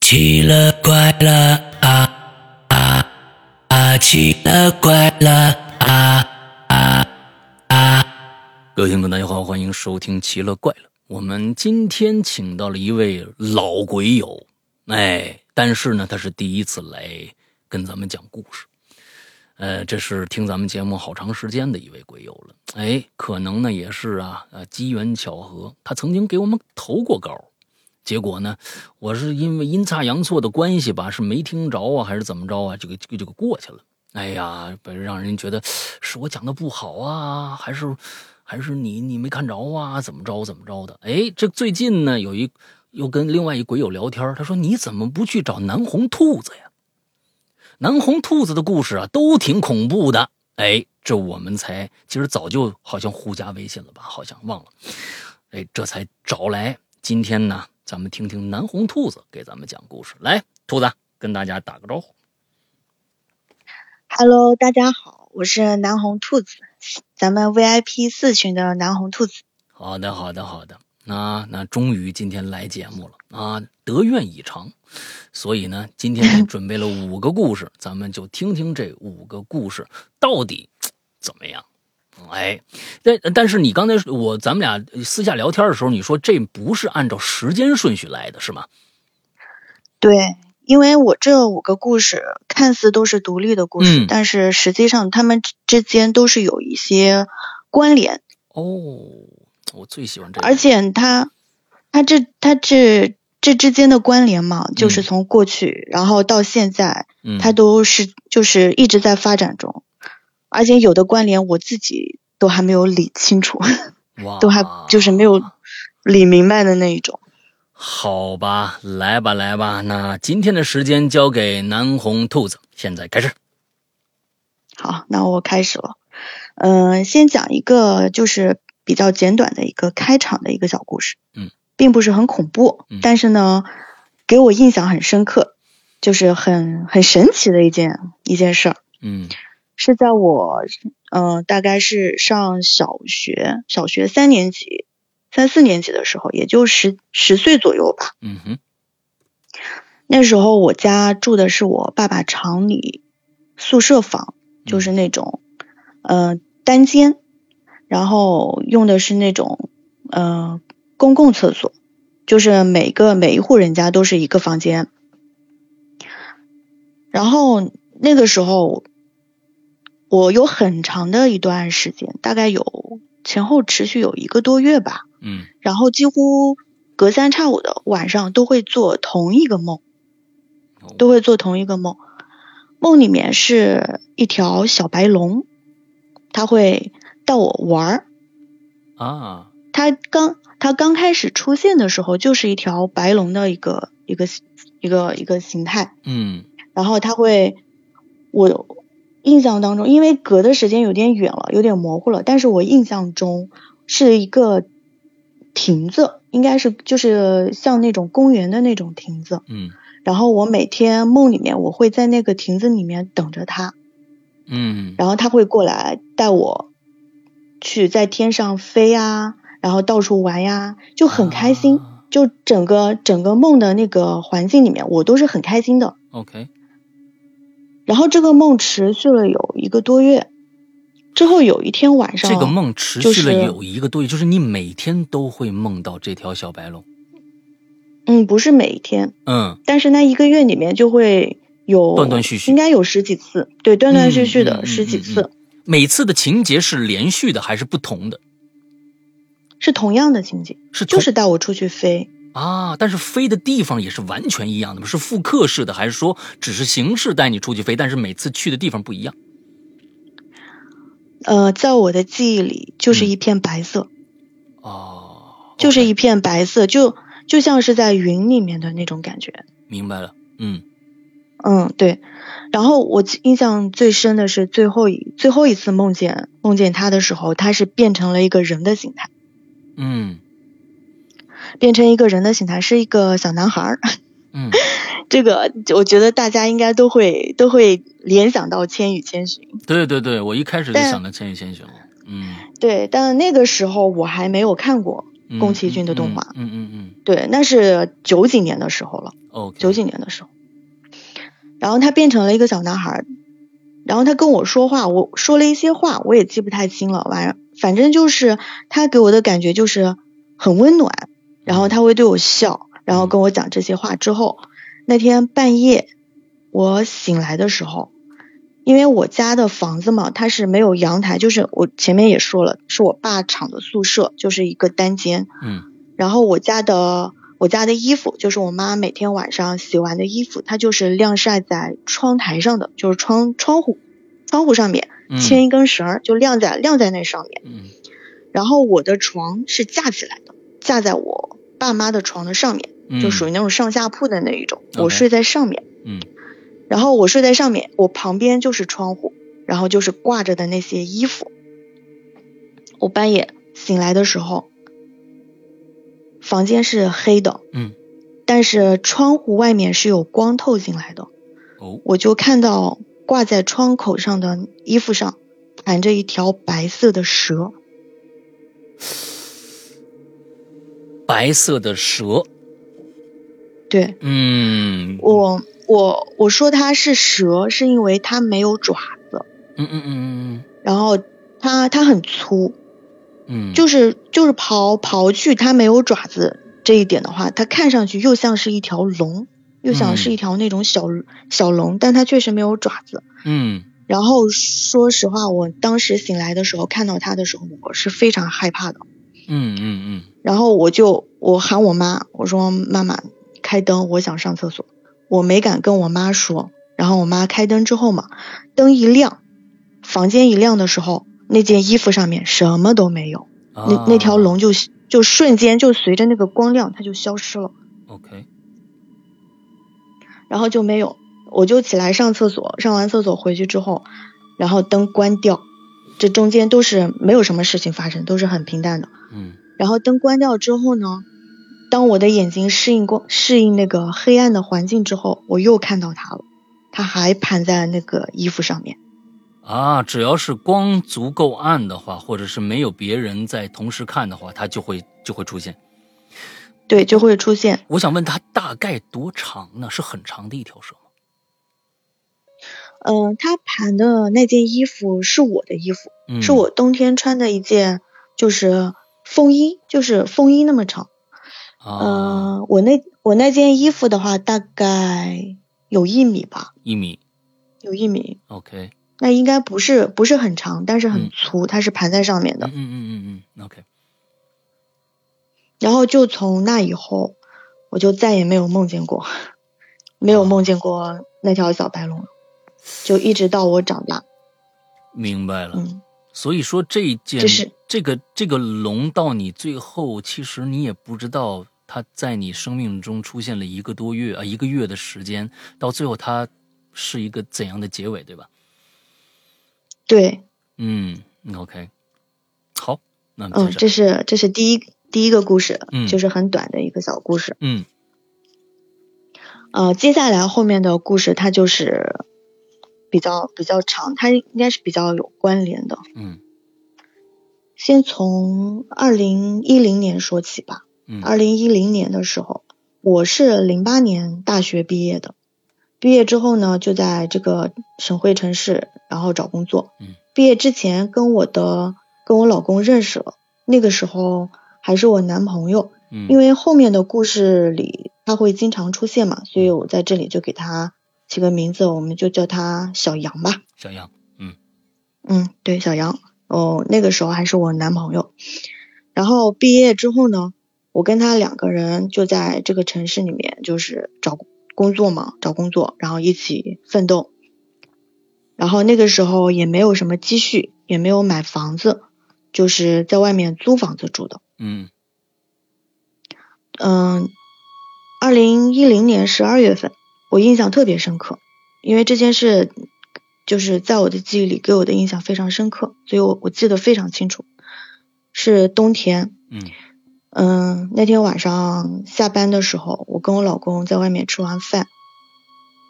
奇了怪了啊啊啊！奇了怪了啊啊啊！各位听众，大家好，欢迎收听《奇了怪了》。我们今天请到了一位老鬼友，哎，但是呢，他是第一次来跟咱们讲故事。呃，这是听咱们节目好长时间的一位鬼友了，哎，可能呢也是啊，呃，机缘巧合，他曾经给我们投过稿，结果呢，我是因为阴差阳错的关系吧，是没听着啊，还是怎么着啊？这个这个这个过去了。哎呀，本让人觉得是我讲的不好啊，还是还是你你没看着啊？怎么着怎么着的？哎，这最近呢，有一又跟另外一鬼友聊天，他说你怎么不去找南红兔子呀？南红兔子的故事啊，都挺恐怖的。哎，这我们才其实早就好像互加微信了吧？好像忘了。哎，这才找来。今天呢，咱们听听南红兔子给咱们讲故事。来，兔子跟大家打个招呼。 Hello，大家好，我是南红兔子，咱们 VIP 四群的南红兔子。好的，好的，好的。那那终于今天来节目了啊，得愿以偿。所以呢，今天 准备了五个故事，咱们就听听这五个故事到底怎么样。哎，但但是你刚才我咱们俩私下聊天的时候，你说这不是按照时间顺序来的，是吗？对，因为我这五个故事看似都是独立的故事，嗯但是实际上它们之之间都是有一些关联，哦，我最喜欢这个。而且它它这它这这之间的关联嘛，就是从过去、然后到现在，嗯，它都是就是一直在发展中，而且有的关联我自己都还没有理清楚，哇都还就是没有理明白的那一种。好吧，来吧，来吧，那今天的时间交给南红兔子，现在开始。好，那我开始了。嗯、先讲一个就是比较简短的一个开场的一个小故事。嗯，并不是很恐怖，嗯但是呢，给我印象很深刻，就是很很神奇的一件一件事儿，嗯是在我嗯、呃大概是上小学小学三年级。三四年级的时候，也就十十岁左右吧。嗯哼，那时候我家住的是我爸爸厂里宿舍房，就是那种，呃，单间，然后用的是那种，呃，公共厕所，就是每个每一户人家都是一个房间。然后那个时候，我有很长的一段时间，大概有前后持续有一个多月吧，嗯然后几乎隔三差五的晚上都会做同一个梦，都会做同一个梦。梦里面是一条小白龙，它会带我玩儿。啊，它刚它刚开始出现的时候，就是一条白龙的一个一个一个一个形态。嗯然后它会，我印象当中，因为隔的时间有点远了，有点模糊了，但是我印象中是一个亭子，应该是就是像那种公园的那种亭子。嗯然后我每天梦里面，我会在那个亭子里面等着它，嗯然后它会过来带我去在天上飞啊，然后到处玩呀、就很开心。啊就整个整个梦的那个环境里面，我都是很开心的。 ，OK，然后这个梦持续了有一个多月，之后有一天晚上，这个梦持就续了是有一个多月，就是你每天都会梦到这条小白龙。嗯，不是每一天，嗯但是那一个月里面就会有断断续续应该有十几次，对，断断续嗯续嗯的嗯十几次，嗯每次的情节是连续的还是不同的？是同样的情景，是同就是带我出去飞，啊，但是飞的地方也是完全一样的吗？是复刻式的，还是说只是形式带你出去飞，但是每次去的地方不一样？呃，在我的记忆里就是嗯一片白色，哦，就是一 OK，片白色，就就像是在云里面的那种感觉，明白了，嗯嗯，对。然后我记印象最深的是最后一最后一次梦见梦见他的时候，他是变成了一个人的形态，嗯变成一个人的形态，是一个小男孩儿。 嗯，这个我觉得大家应该都会都会联想到《千与千寻》。对对对，我一开始就但想到《千与千寻》了，嗯对，但那个时候我还没有看过，宫崎骏的动画。嗯嗯嗯对，那是九几年的时候了，嗯，OK，九几年的时候。然后他变成了一个小男孩儿，然后他跟我说话，我说了一些话，我也记不太清了。完，反正就是他给我的感觉就是很温暖，然后他会对我笑，然后跟我讲这些话之后，那天半夜我醒来的时候，因为我家的房子嘛，它是没有阳台，就是我前面也说了，是我爸厂的宿舍，就是一个单间。嗯然后我家的我家的衣服，就是我妈每天晚上洗完的衣服，它就是晾晒在窗台上的，就是窗窗户窗户上面嗯牵一根绳儿，就晾在晾在那上面。嗯然后我的床是架起来的，架在我爸妈的床的上面，嗯，就属于那种上下铺的那一种。 OK 我睡在上面，嗯然后我睡在上面，我旁边就是窗户，然后就是挂着的那些衣服。我半夜醒来的时候，房间是黑的，嗯但是窗户外面是有光透进来的，哦我就看到挂在窗口上的衣服上盘着一条白色的蛇。白色的蛇，对，嗯，我我我说它是蛇，是因为它没有爪子，嗯嗯嗯嗯然后它它很粗，嗯，就是就是刨刨去它没有爪子这一点的话，它看上去又像是一条龙，又像是一条那种小、小龙，但它确实没有爪子。嗯然后说实话，我当时醒来的时候看到它的时候，我是非常害怕的。嗯嗯嗯然后我就我喊我妈，我说妈妈开灯，我想上厕所。我没敢跟我妈说。然后我妈开灯之后嘛，灯一亮，房间一亮的时候，那件衣服上面什么都没有，啊，那那条龙就就瞬间就随着那个光亮，它就消失了， ，OK，然后就没有。我就起来上厕所，上完厕所回去之后，然后灯关掉，这中间都是没有什么事情发生，都是很平淡的。嗯然后灯关掉之后呢，当我的眼睛适应光适应那个黑暗的环境之后，我又看到它了，它还盘在那个衣服上面。啊，只要是光足够暗的话，或者是没有别人在同时看的话，它就会就会出现。对，就会出现。我想问它大概多长呢？是很长的一条蛇吗？嗯、它盘的那件衣服是我的衣服，嗯，是我冬天穿的一件，就是风衣，就是风衣那么长。嗯、啊，我那我那件衣服的话，大概有一米吧，一米有一米。 ，OK，那应该不是不是很长，但是嗯很粗，它是盘在上面的嗯。嗯嗯嗯嗯，OK，然后就从那以后，我就再也没有梦见过， 没有梦见过那条小白龙了，就一直到我长大。明白了。嗯，所以说这一件这是这个这个龙到你最后，其实你也不知道它在你生命中出现了一个多月啊、一个月的时间，到最后它是一个怎样的结尾，对吧？对，嗯，OK，好，那么接嗯，着，这是这是第一第一个故事，嗯就是很短的一个小故事。嗯呃，接下来后面的故事它就是比较比较长，它应该是比较有关联的。嗯先从二零一零年说起吧。嗯二零一零年的时候，我是零八年大学毕业的，毕业之后呢，就在这个省会城市，然后找工作。嗯毕业之前跟我的跟我老公认识了，那个时候还是我男朋友，嗯，因为为后面的故事里他会经常出现嘛，所嗯以我在这里就给他起个名字，我们就叫他小杨吧。小样，嗯，对，小杨，哦，那个时候还是我男朋友。然后毕业之后呢，我跟他两个人就在这个城市里面，就是找工作嘛，找工作，然后一起奋斗。然后那个时候也没有什么积蓄，也没有买房子，就是在外面租房子住的。嗯嗯，二零一零年十二月份，我印象特别深刻，因为这件事就是在我的记忆里给我的印象非常深刻，所以我我记得非常清楚。是冬天，嗯嗯，那天晚上下班的时候，我跟我老公在外面吃完饭，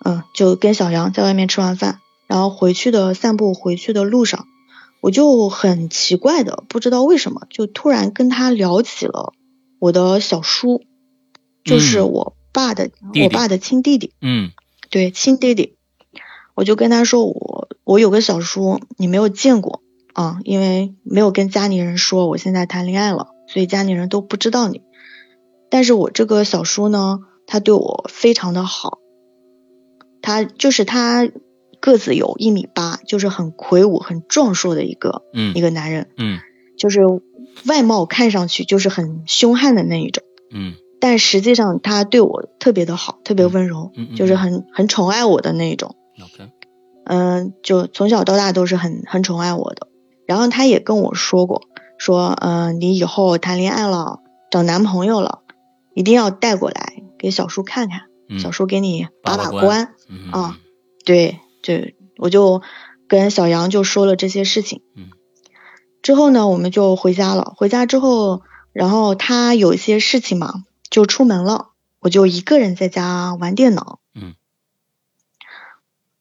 嗯，就跟小杨在外面吃完饭，然后回去的散步回去的路上，我就很奇怪的不知道为什么就突然跟他聊起了我的小叔，就是我爸的、弟弟我爸的亲弟弟，嗯对，亲弟弟。我就跟他说我我有个小叔，你没有见过啊，因为没有跟家里人说我现在谈恋爱了，所以家里人都不知道你。但是我这个小叔呢，他对我非常的好，他就是他个子有一米八，就是很魁梧、很壮硕的一个嗯一个男人，嗯就是外貌看上去就是很凶悍的那一种。嗯但实际上他对我特别的好，特别温柔，嗯嗯嗯就是很很宠爱我的那一种。 ，OK，嗯，就从小到大都是很很宠爱我的。然后他也跟我说过，说，嗯、你以后谈恋爱了，找男朋友了，一定要带过来给小叔看看，嗯小叔给你把把把把关关。嗯啊对，对，我就跟小杨就说了这些事情。嗯，之后呢，我们就回家了。回家之后，然后他有一些事情嘛，就出门了。我就一个人在家玩电脑。嗯，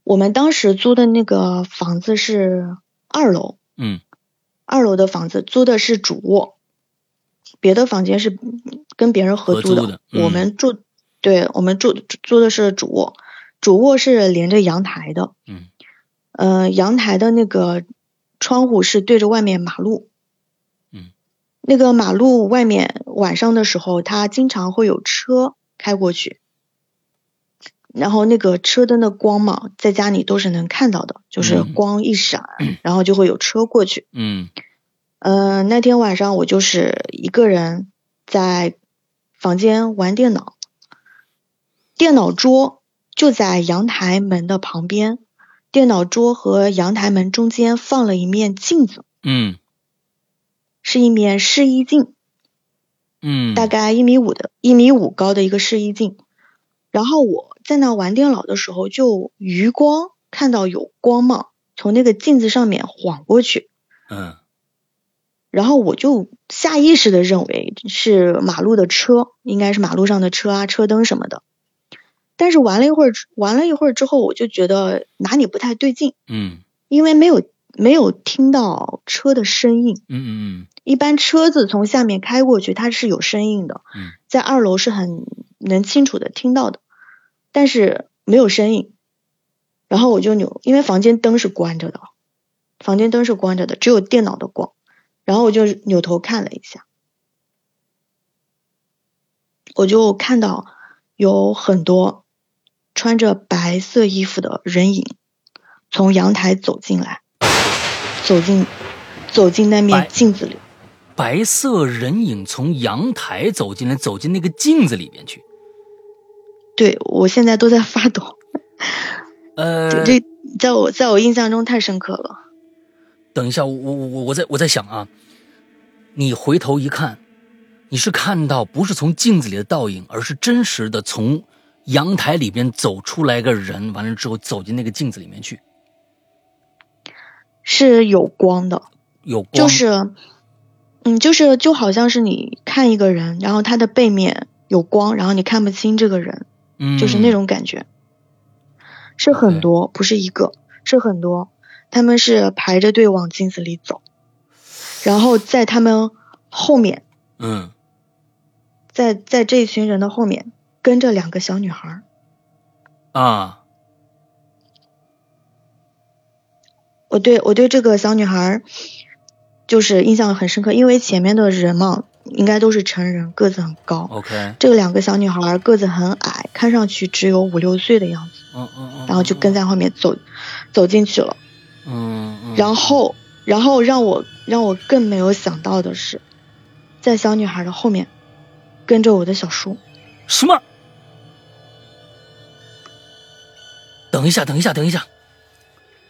我们当时租的那个房子是二楼，嗯二楼的房子租的是主卧，别的房间是跟别人合合租租的。的嗯我们住，对我们住租的是主卧，主卧是连着阳台的。嗯呃，阳台的那个窗户是对着外面马路。嗯，那个马路外面晚上的时候，它经常会有车开过去，然后那个车灯的光嘛，在家里都是能看到的，就是嗯光 一闪，然后就会有车过去。嗯呃，那天晚上我就是一个人在房间玩电脑，电脑桌就在阳台门的旁边，电脑桌和阳台门中间放了一面镜子，嗯是一面试衣镜，嗯，大概一米五的一米五高的一个试衣镜。然后我在那玩电脑的时候，就余光看到有光芒从那个镜子上面晃过去，嗯然后我就下意识的认为是马路的车，应该是马路上的车啊、车灯什么的。但是玩了一会儿，玩了一会儿之后，我就觉得哪里不太对劲，嗯因为没有没有听到车的声音。嗯嗯一般车子从下面开过去，它是有声音的，嗯在二楼是很能清楚的听到的，但是没有声音。然后我就扭，因为房间灯是关着的，房间灯是关着的，只有电脑的光。然后我就扭头看了一下，我就看到有很多穿着白色衣服的人影从阳台走进来，走进走进那白面镜子里。嗯，白色人影从阳台走进来，走进那个镜子里面去。对我现在都在发抖，呃，这这在我在我印象中太深刻了。等一下，我我我我在我在想啊，你回头一看，你是看到不是从镜子里的倒影，而是真实的从阳台里边走出来个人，完了之后走进那个镜子里面去，是有光的，有光，就是，嗯，就是就好像是你看一个人，然后他的背面有光，然后你看不清这个人，嗯就是那种感觉。是很多，不是一个，是很多。他们是排着队往镜子里走，然后在他们后面，嗯在在这一群人的后面跟着两个小女孩儿。啊我对我对这个小女孩儿就是印象很深刻，因为前面的人嘛，应该都是成人，个子很高。 ，OK，这两个小女孩儿个子很矮，看上去只有五六岁的样子，嗯嗯嗯，然后就跟在后面走，走进去了。嗯嗯，然后，然后让我让我更没有想到的是，在小女孩的后面跟着我的小叔。什么？等一下，等一下，等一下，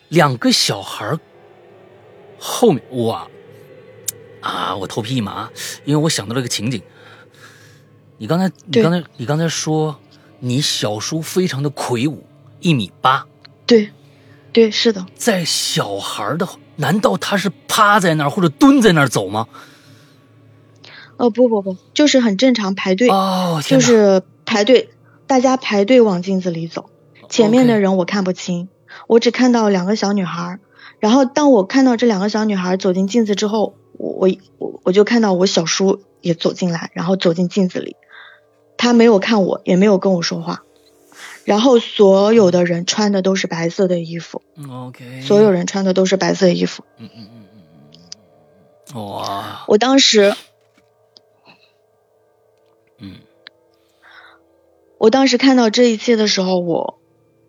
两个小孩儿后面哇啊！我头皮一麻，因为我想到了一个情景。你刚才，你对刚才，你刚才说你小叔非常的魁梧，一米八，对，对，是的，在小孩儿的，难道他是趴在那儿或者蹲在那儿走吗？哦不不不，就是很正常排队，哦，天就哪是排队，大家排队往镜子里走。前面的人我看不清我只看到两个小女孩儿。然后当我看到这两个小女孩儿走进镜子之后，我我我我就看到我小叔也走进来，然后走进镜子里。他没有看我，也没有跟我说话。然后所有的人穿的都是白色的衣服，嗯 OK，所有人穿的都是白色的衣服。嗯嗯嗯嗯嗯，哇，我当时，嗯我当时看到这一切的时候，我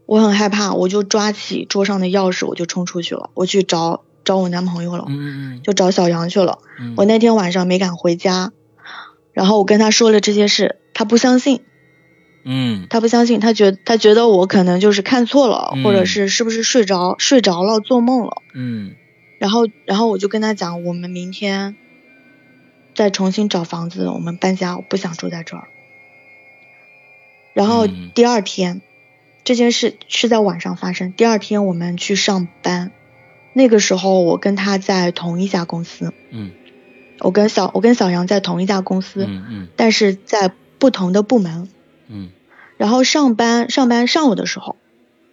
我很害怕，我就抓起桌上的钥匙，我就冲出去了，我去找找我男朋友了，嗯嗯就找小杨去了。嗯，我那天晚上没敢回家，然后我跟他说了这些事，他不相信，嗯他不相信，他觉他觉得我可能就是看错了，嗯或者是是不是睡着睡着了做梦了。嗯然后然后我就跟他讲，我们明天再重新找房子，我们搬家，我不想住在这儿。然后嗯第二天，这件事是在晚上发生。第二天我们去上班，那个时候我跟他在同一家公司，嗯我跟小我跟小杨在同一家公司，嗯嗯但是在不同的部门。嗯然后上班上班上午的时候，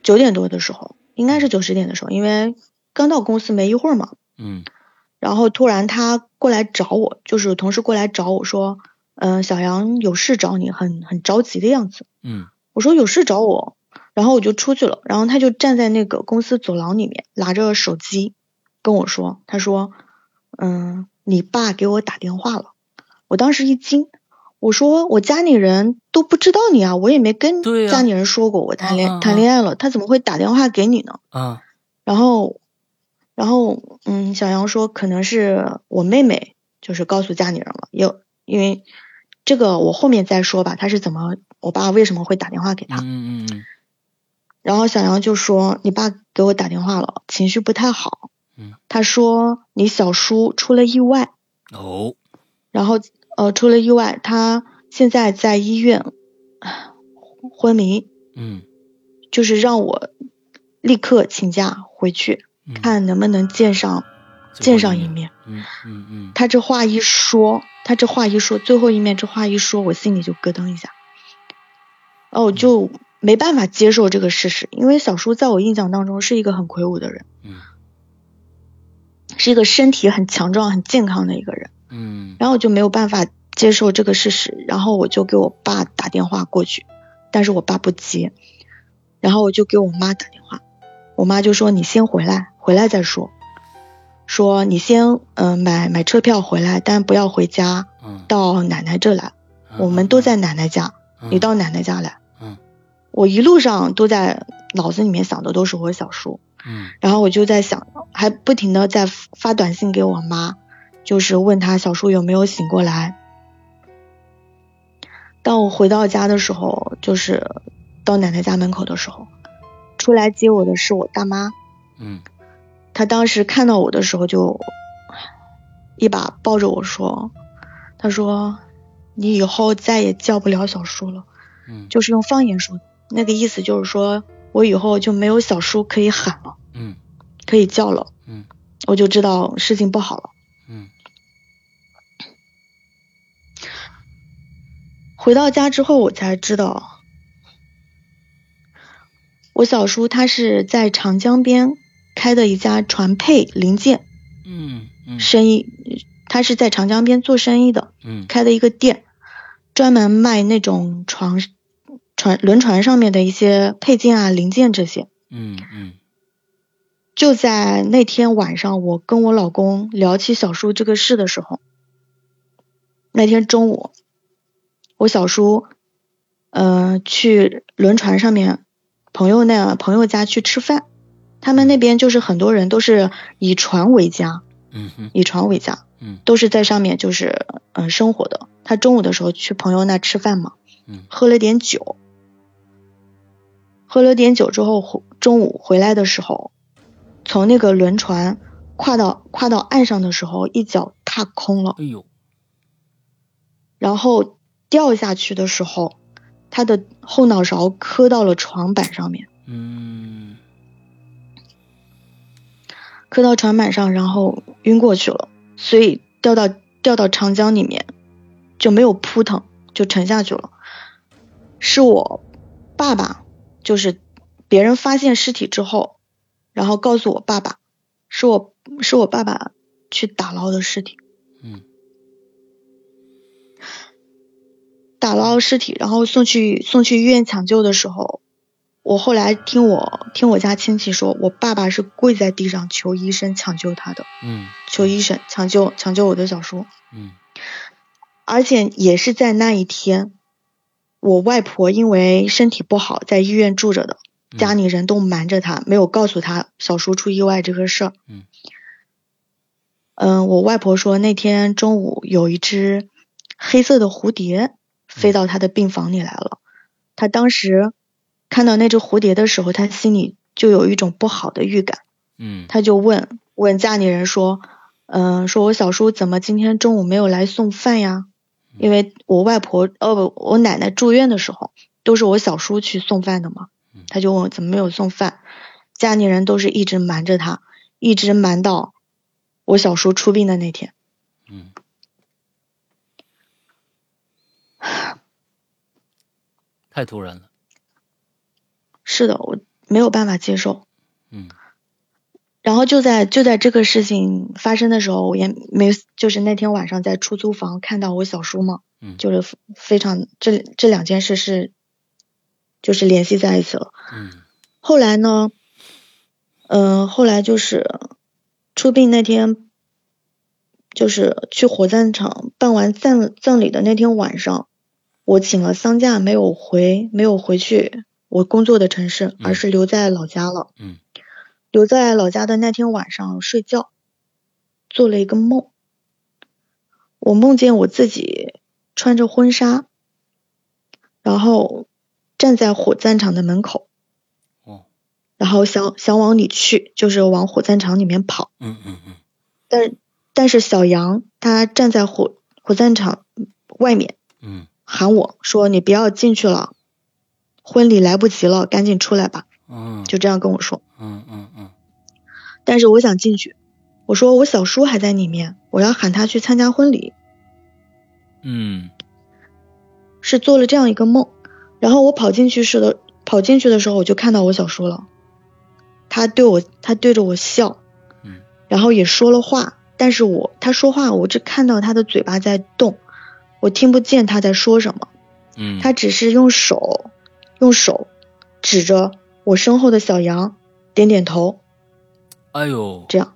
九点多的时候，应该是九十点的时候，因为刚到公司没一会儿嘛，嗯然后突然他过来找我，就是有同事过来找我说，嗯、小杨有事找你，很很着急的样子。嗯我说有事找我，然后我就出去了，然后他就站在那个公司走廊里面，拿着手机跟我说，他说，嗯，你爸给我打电话了。我当时一惊，我说我家里人都不知道你啊，我也没跟对啊家里人说过我谈恋、啊啊啊谈恋爱了，他怎么会打电话给你呢？啊然后，然后，嗯，小杨说可能是我妹妹，就是告诉家里人了，又因为这个我后面再说吧，他是怎么，我爸为什么会打电话给他？嗯嗯嗯然后小杨就说你爸给我打电话了，情绪不太好，嗯他说你小叔出了意外，哦然后呃出了意外，他现在在医院唉昏迷，嗯就是让我立刻请假回去，嗯看能不能见上见上一面。嗯嗯嗯他这话一说，他这话一说，最后一面这话一说，我心里就咯噔一下，然后我就没办法接受这个事实，因为小叔在我印象当中是一个很魁梧的人，嗯是一个身体很强壮、很健康的一个人，嗯然后我就没有办法接受这个事实，然后我就给我爸打电话过去，但是我爸不接，然后我就给我妈打电话，我妈就说你先回来，回来再说。说你先嗯、呃买买车票回来，但不要回家，嗯，到奶奶这来，我们都在奶奶家，你到奶奶家来。嗯我一路上都在脑子里面想的都是我小叔，嗯然后我就在想，还不停的在发短信给我妈，就是问她小叔有没有醒过来。当我回到家的时候，就是到奶奶家门口的时候，出来接我的是我大妈，嗯他当时看到我的时候就一把抱着我说：“他说你以后再也叫不了小叔了。”嗯就是用方言说的，那个意思就是说我以后就没有小叔可以喊了，嗯可以叫了。嗯我就知道事情不好了。嗯回到家之后，我才知道，我小叔他是在长江边开的一家船配零件嗯嗯生意，他是在长江边做生意的。嗯开的一个店，专门卖那种船、船轮船上面的一些配件啊、零件这些。嗯嗯就在那天晚上，我跟我老公聊起小叔这个事的时候，那天中午，我小叔，呃，去轮船上面朋友那朋友家去吃饭，他们那边就是很多人都是以船为家，嗯哼以船为家，嗯都是在上面就是嗯、呃生活的。他中午的时候去朋友那吃饭嘛，嗯喝了点酒，喝了点酒之后，回中午回来的时候，从那个轮船跨到跨到岸上的时候，一脚踏空了，哎呦然后掉下去的时候，他的后脑勺磕到了床板上面，嗯磕到船板上，然后晕过去了，所以掉到掉到长江里面就没有扑腾，就沉下去了。是我爸爸，就是别人发现尸体之后，然后告诉我爸爸，是我是我爸爸去打捞的尸体。嗯打捞尸体，然后送去送去医院抢救的时候，我后来听我听我家亲戚说，我爸爸是跪在地上求医生抢救他的，嗯求医生抢救抢救我的小叔，嗯而且也是在那一天，我外婆因为身体不好在医院住着的，嗯家里人都瞒着她，没有告诉她小叔出意外这个事儿。嗯嗯，我外婆说那天中午有一只黑色的蝴蝶嗯飞到她的病房里来了。她当时看到那只蝴蝶的时候，她心里就有一种不好的预感，嗯她就问问家里人说：“嗯，说我小叔怎么今天中午没有来送饭呀？”因为我外婆呃不，我奶奶住院的时候都是我小叔去送饭的嘛嗯，他就问我怎么没有送饭，家里人都是一直瞒着他，一直瞒到我小叔出殡的那天。嗯太突然了，是的，我没有办法接受。嗯然后就在就在这个事情发生的时候，我也没就是那天晚上在出租房看到我小叔嘛，嗯就是非常这这两件事是就是联系在一起了。嗯后来呢，呃，后来就是出殡那天，就是去火葬场办完葬葬礼的那天晚上，我请了丧假，没有回，没有回去我工作的城市，而是留在老家了。嗯留在老家的那天晚上睡觉，做了一个梦，我梦见我自己穿着婚纱，然后站在火葬场的门口。哦然后想想往里去，就是往火葬场里面跑。嗯嗯嗯但但是小杨他站在火火葬场外面嗯喊我说：“你不要进去了，婚礼来不及了，赶紧出来吧。嗯”就这样跟我说。嗯嗯嗯但是我想进去，我说我小叔还在里面，我要喊他去参加婚礼。嗯是做了这样一个梦，然后我跑进去时的跑进去的时候，我就看到我小叔了，他对我他对着我笑，嗯，然后也说了话，但是我他说话，我只看到他的嘴巴在动，我听不见他在说什么，嗯，他只是用手用手指着我身后的小羊，点点头，哎呦这样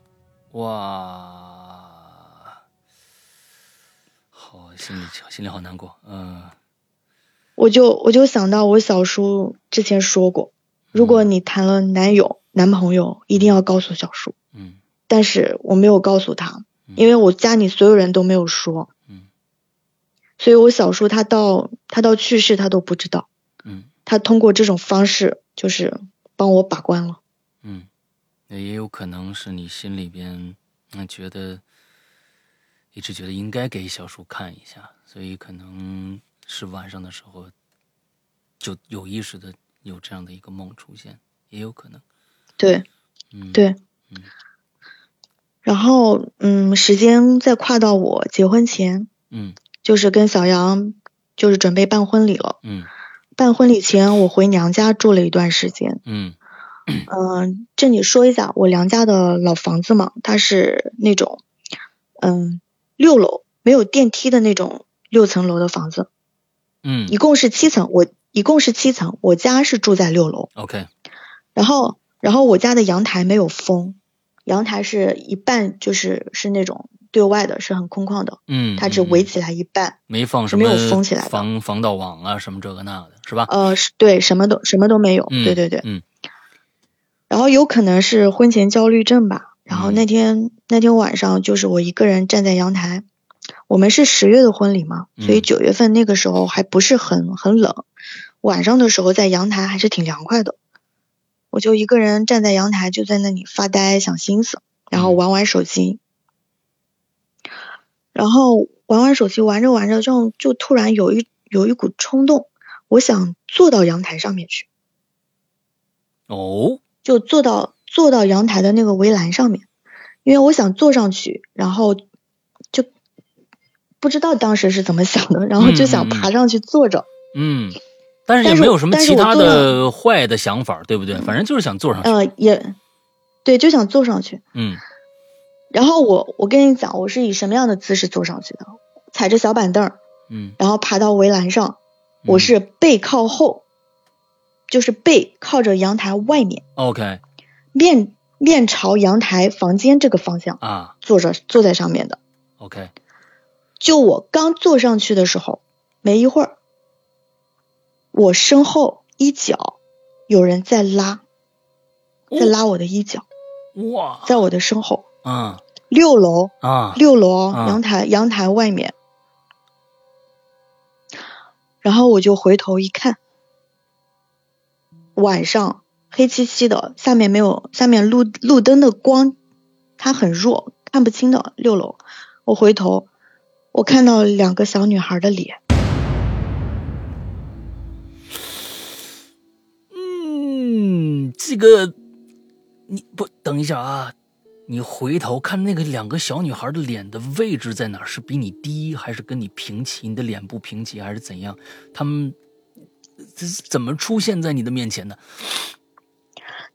哇，好心里心里好难过，嗯我就我就想到我小叔之前说过，如果嗯你谈了男友男朋友，一定要告诉小叔。嗯但是我没有告诉他嗯，因为我家里所有人都没有说，嗯所以我小叔他到他到去世他都不知道，嗯他通过这种方式就是帮我把关了。嗯，那也有可能是你心里边嗯觉得一直觉得应该给小叔看一下，所以可能是晚上的时候就有意识的有这样的一个梦出现，也有可能，对嗯对嗯，然后嗯，时间再跨到我结婚前，嗯就是跟小杨就是准备办婚礼了。嗯办婚礼前，我回娘家住了一段时间。嗯嗯，这里说一下我娘家的老房子嘛，它是那种，嗯，六楼没有电梯的那种六层楼的房子，嗯一共是七层，我一共是七层，我家是住在六楼， ，OK，然后然后我家的阳台没有风，阳台是一半就是是那种对外的，是很空旷的，嗯，它只嗯围嗯起来一半，没放什没么有封起来的防防盗网啊，什么这个那的，是吧？呃，是对，什么都什么都没有，嗯，对对对，嗯然后有可能是婚前焦虑症吧。然后那嗯天、那天晚上就是我一个人站在阳台，我们是十月的婚礼嘛，所以嗯九月份那个时候还不是很很冷，晚上的时候在阳台还是挺凉快的。我就一个人站在阳台，就在那里发呆想心思，然后嗯玩玩手机，然后玩玩手机，玩着玩着就就突然有一有一股冲动，我想坐到阳台上面去。哦，就坐到坐到阳台的那个围栏上面，因为我想坐上去，然后就不知道当时是怎么想的，然后就想爬上去坐着。嗯，但是但也是没我有什么但是其我他做的坏的想法，对不对？反正就是想坐上去，呃，也对，就想坐上去。嗯然后我我跟你讲，我是以什么样的姿势坐上去的？踩着小板凳儿，嗯，然后爬到围栏上，我嗯是背靠后，就是背靠着阳台外面， OK 面面朝阳台房间这个方向啊坐着坐在上面的。 ，OK，就我刚坐上去的时候，没一会儿，我身后衣角有人在拉，在拉我的衣角，哇，在我的身后，啊六楼啊，六楼哦啊阳台阳台外面，然后我就回头一看，晚上黑漆漆的，下面没有下面路路灯的光，它很弱，看不清的六楼。我回头，我看到两个小女孩的脸，嗯，这个你不等一下啊，你回头看那个两个小女孩的脸的位置在哪儿？是比你低，还是跟你平齐？你的脸部平齐，还是怎样？他们这是怎么出现在你的面前的？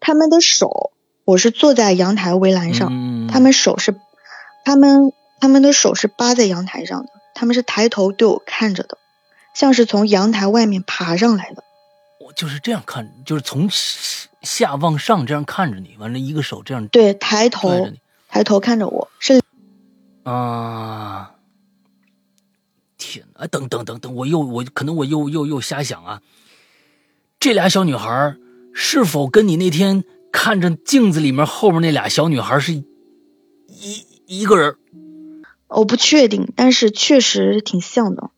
她们的手，我是坐在阳台围栏上，嗯，她们手是，她们她们的手是扒在阳台上的，她们是抬头对我看着的，像是从阳台外面爬上来的。我就是这样看，就是从下下往上这样看着你，完了，一个手这样对，抬拽头着你抬头看着我，是啊！天啊！等等等等，我又我可能我又又又瞎想啊。这俩小女孩儿是否跟你那天看着镜子里面后面那俩小女孩儿是一一一个人儿我不确定，但是确实挺像的。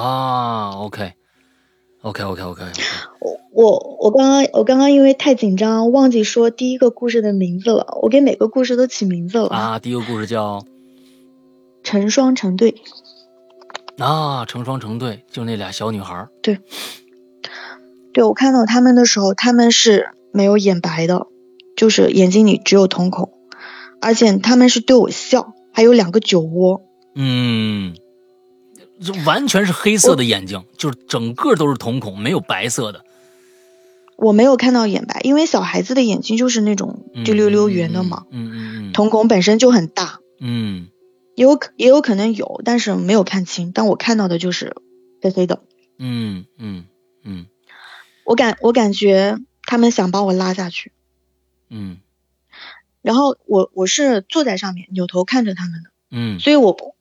啊？OK OK OK OK，我我我刚刚我刚刚因为太紧张，忘记说第一个故事的名字了。我给每个故事都起名字了，啊，第一个故事叫成双成对。啊成双成对，就那俩小女孩儿对我看到他们的时候，他们是没有眼白的，就是眼睛里只有瞳孔，而且他们是对我笑，还有两个酒窝。嗯，就完全是黑色的眼睛，就是整个都是瞳孔，没有白色的。嗯我没有看到眼白，因为小孩子的眼睛就是那种嗯滴溜溜圆的嘛，，嗯嗯嗯，瞳孔本身就很大。嗯也有可也有可能有，但是没有看清。但我看到的就是黑黑的，嗯嗯嗯我感我感觉他们想把我拉下去，嗯然后我我是坐在上面扭头看着他们的，嗯所以我不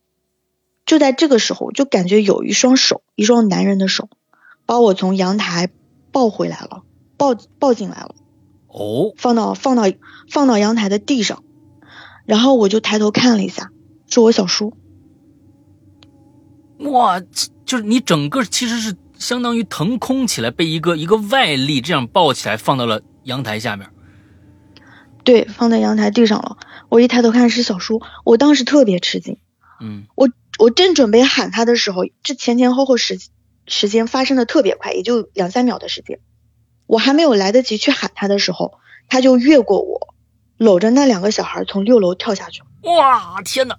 就在这个时候就感觉有一双手，一双男人的手，把我从阳台抱回来了，抱抱进来了，哦，放到放到放到阳台的地上，然后我就抬头看了一下，是我小叔，哇，这就是你整个其实是相当于腾空起来，被一个一个外力这样抱起来，放到了阳台下面。对，放在阳台地上了。我一抬头看是小叔，我当时特别吃惊。嗯我正准备喊他的时候，这前前后后时时间发生的特别快，也就两三秒的时间。我还没有来得及去喊他的时候，他就越过我，搂着那两个小孩从六楼跳下去了。哇，天哪！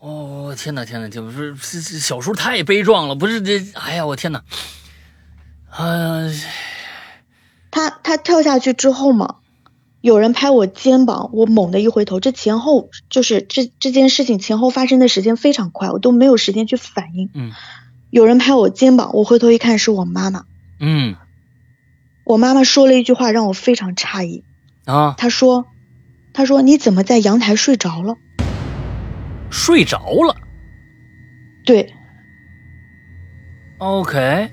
哦，天哪，天哪，就是这这小叔太悲壮了，不是这，哎呀，我天哪！啊，他他跳下去之后嘛，有人拍我肩膀，我猛地一回头，这前后就是这这件事情前后发生的时间非常快，我都没有时间去反应。嗯有人拍我肩膀，我回头一看是我妈妈，嗯我妈妈说了一句话让我非常诧异，啊，她说：“她说你怎么在阳台睡着了？”睡着了。对 OK，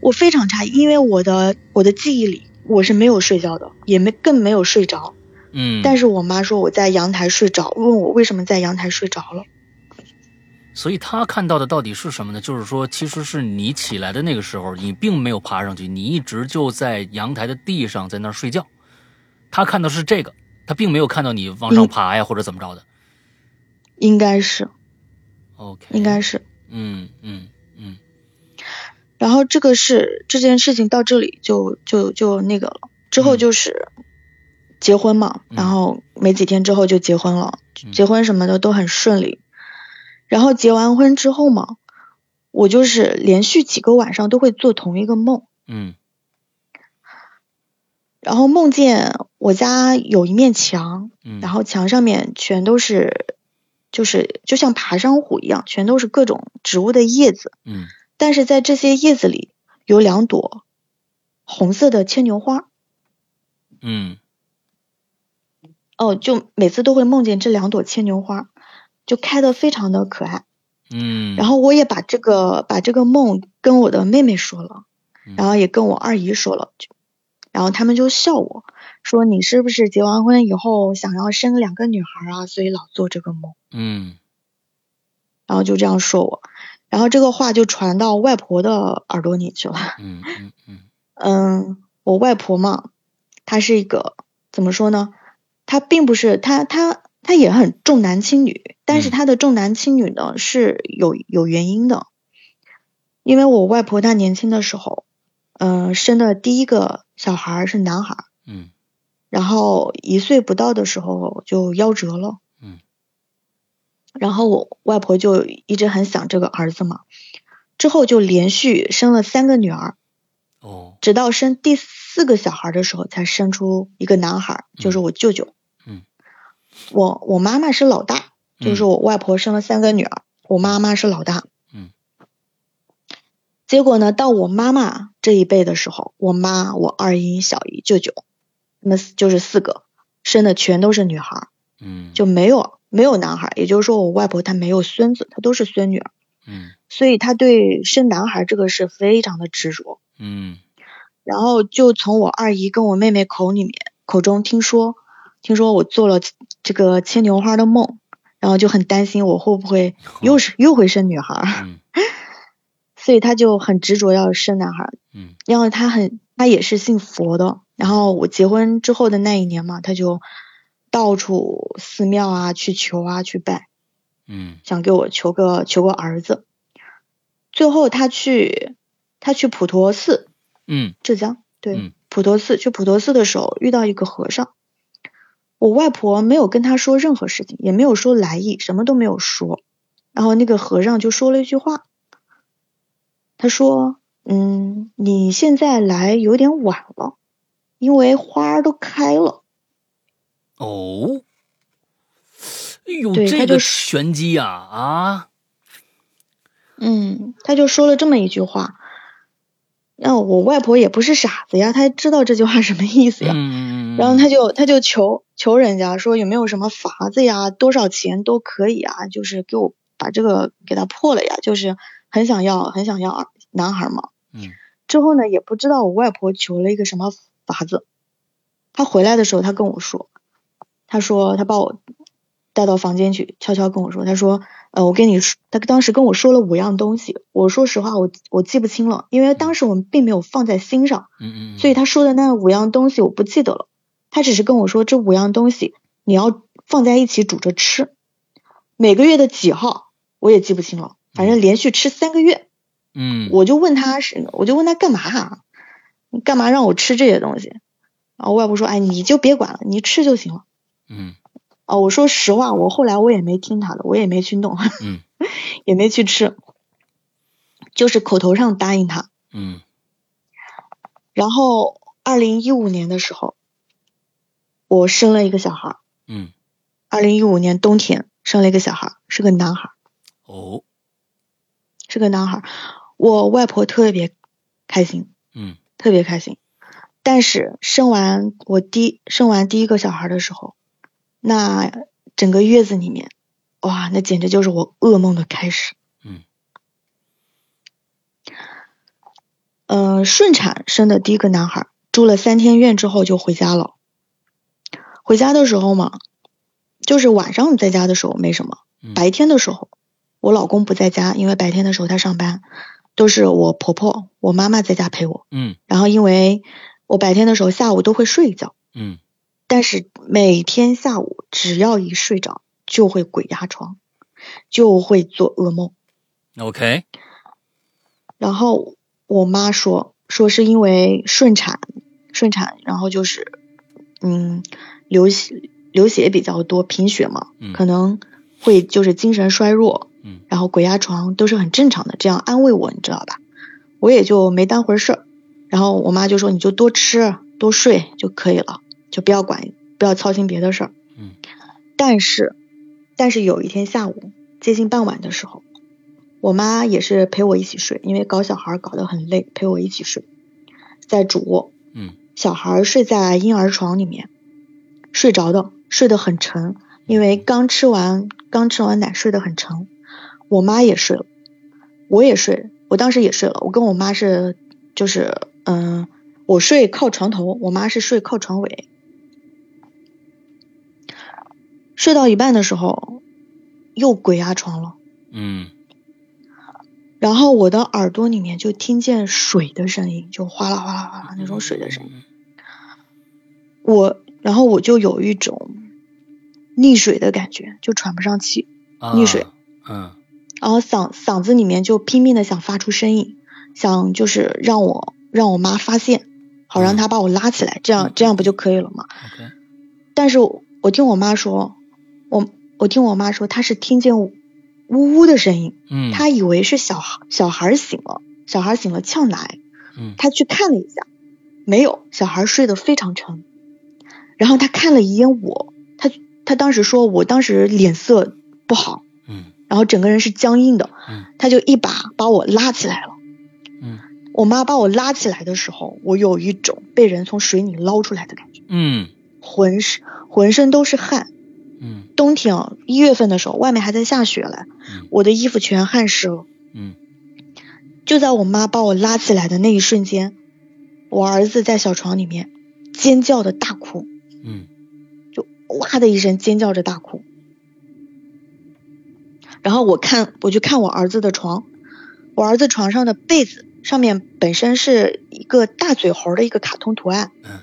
我非常诧异，因为我的我的记忆里我是没有睡觉的，也没更没有睡着。嗯，但是我妈说我在阳台睡着，问我为什么在阳台睡着了。所以他看到的到底是什么呢？就是说，其实是你起来的那个时候，你并没有爬上去，你一直就在阳台的地上在那儿睡觉。他看到是这个，他并没有看到你往上爬呀，或者怎么着的。应该是， OK，应该，是。嗯嗯嗯然后这个是这件事情到这里就就就那个了，之后嗯就是结婚嘛，嗯然后没几天之后就结婚了，嗯结婚什么的都很顺利。然后结完婚之后嘛，我就是连续几个晚上都会做同一个梦，嗯然后梦见我家有一面墙，嗯，然后墙上面全都是就是就像爬山虎一样，全都是各种植物的叶子。嗯但是在这些叶子里有两朵红色的牵牛花。嗯哦，就每次都会梦见这两朵牵牛花，就开的非常的可爱。嗯，然后我也把这个把这个梦跟我的妹妹说了嗯，然后也跟我二姨说了，就然后他们就笑我说你是不是结完婚以后想要生两个女孩啊，所以老做这个梦。嗯然后就这样说我，然后这个话就传到外婆的耳朵里去了。嗯嗯嗯嗯，我外婆嘛，她是一个怎么说呢？她并不是她她她也很重男轻女，但嗯是她的重男轻女呢是有有原因的，因为我外婆她年轻的时候，嗯、生的第一个小孩儿是男孩儿，嗯然后一岁不到的时候就夭折了。嗯。然后我外婆就一直很想这个儿子嘛，之后就连续生了三个女儿，哦直到生第四个小孩的时候才生出一个男孩，就是我舅舅。嗯。我我妈妈是老大，就是嗯我外婆生了三个女儿，我妈妈是老大。嗯。结果呢，到我妈妈这一辈的时候，我妈、我二姨、小姨、舅舅，那么就是四个，生的全都是女孩儿，嗯就没有没有男孩儿。也就是说，我外婆她没有孙子，她都是孙女儿，嗯所以她对生男孩儿这个事非常的执着。嗯然后就从我二姨跟我妹妹口里面口中听说，听说我做了这个牵牛花的梦，然后就很担心我会不会哦又是又会生女孩儿， 嗯所以她就很执着要生男孩儿。嗯然后她很她也是信佛的，然后我结婚之后的那一年嘛，她就到处寺庙啊去求啊去拜，嗯想给我求个求个儿子。最后她去她去普陀寺，嗯浙江，对，嗯普陀寺。去普陀寺的时候遇到一个和尚，我外婆没有跟他说任何事情，也没有说来意，什么都没有说。然后那个和尚就说了一句话，他说：“嗯，你现在来有点晚了，因为花儿都开了。哦，哎呦，对这他个就玄机呀啊，”嗯，他就说了这么一句话。那我外婆也不是傻子呀，她知道这句话什么意思呀。嗯嗯嗯，然后他就他就求求人家说有没有什么法子呀，多少钱都可以啊，就是给我把这个给他破了呀，就是很想要很想要儿男孩嘛。嗯之后呢，也不知道我外婆求了一个什么法子，她回来的时候，她跟我说，她说她把我带到房间去，悄悄跟我说，她说，呃，我跟你说，她当时跟我说了五样东西，我说实话，我我记不清了，因为当时我们并没有放在心上。嗯嗯，所以他说的那五样东西我不记得了，他只是跟我说这五样东西你要放在一起煮着吃，每个月的几号我也记不清了，反正连续吃三个月，嗯我就问他是，我就问他干嘛啊？你干嘛让我吃这些东西？然后外婆说，哎，你就别管了，你吃就行了。嗯哦，我说实话，我后来我也没听他的，我也没去弄， 嗯也没去吃，就是口头上答应他，嗯然后二零一五年的时候，我生了一个小孩儿。嗯二零一五年冬天生了一个小孩儿，是个男孩儿，哦是个男孩儿。我外婆特别开心，嗯特别开心。但是生完我第生完第一个小孩儿的时候，那整个月子里面，哇，那简直就是我噩梦的开始。嗯。呃，顺产生的第一个男孩儿，住了三天院之后就回家了。回家的时候嘛，就是晚上在家的时候没什么，嗯白天的时候，我老公不在家，因为白天的时候他上班，都是我婆婆、我妈妈在家陪我。嗯然后因为我白天的时候下午都会睡一觉，嗯但是每天下午只要一睡着就会鬼压床，就会做噩梦。嗯，OK，然后我妈说说是因为顺产，顺产，然后就是嗯流血流血比较多，贫血嘛，嗯可能会就是精神衰弱，嗯然后鬼压床都是很正常的，这样安慰我，你知道吧？我也就没当回事儿。然后我妈就说你就多吃多睡就可以了，就不要管不要操心别的事儿。嗯但是但是有一天下午接近傍晚的时候，我妈也是陪我一起睡，因为搞小孩搞得很累，陪我一起睡，在主卧。嗯，小孩睡在婴儿床里面，睡着的，睡得很沉，因为刚吃完刚吃完奶，睡得很沉。我妈也睡了，我也睡了，我当时也睡了。我跟我妈是就是嗯、我睡靠床头，我妈是睡靠床尾。睡到一半的时候，又鬼压床了，嗯然后我的耳朵里面就听见水的声音，就哗啦哗啦哗啊啦那种水的声音。我，然后我就有一种溺水的感觉，就喘不上气，啊溺水，嗯然后嗓嗓子里面就拼命的想发出声音，想就是让我让我妈发现，好让嗯她把我拉起来，这样嗯这样不就可以了吗？ ，OK，但是我我听我妈说，我我听我妈说，她是听见呜呜的声音，嗯，她以为是小孩小孩醒了，小孩醒了呛奶，嗯她去看了一下，没有，小孩睡得非常沉。然后她看了一眼我，她她当时说我当时脸色不好，嗯然后整个人是僵硬的，嗯她就一把把我拉起来了。嗯我妈把我拉起来的时候，我有一种被人从水里捞出来的感觉，嗯浑身浑身都是汗。嗯冬天啊，一月份的时候，外面还在下雪嘞，嗯我的衣服全汗湿了。嗯就在我妈把我拉起来的那一瞬间，我儿子在小床里面尖叫的大哭，嗯就哇的一声尖叫着大哭。然后我看，我就看我儿子的床，我儿子床上的被子上面本身是一个大嘴猴的一个卡通图案。嗯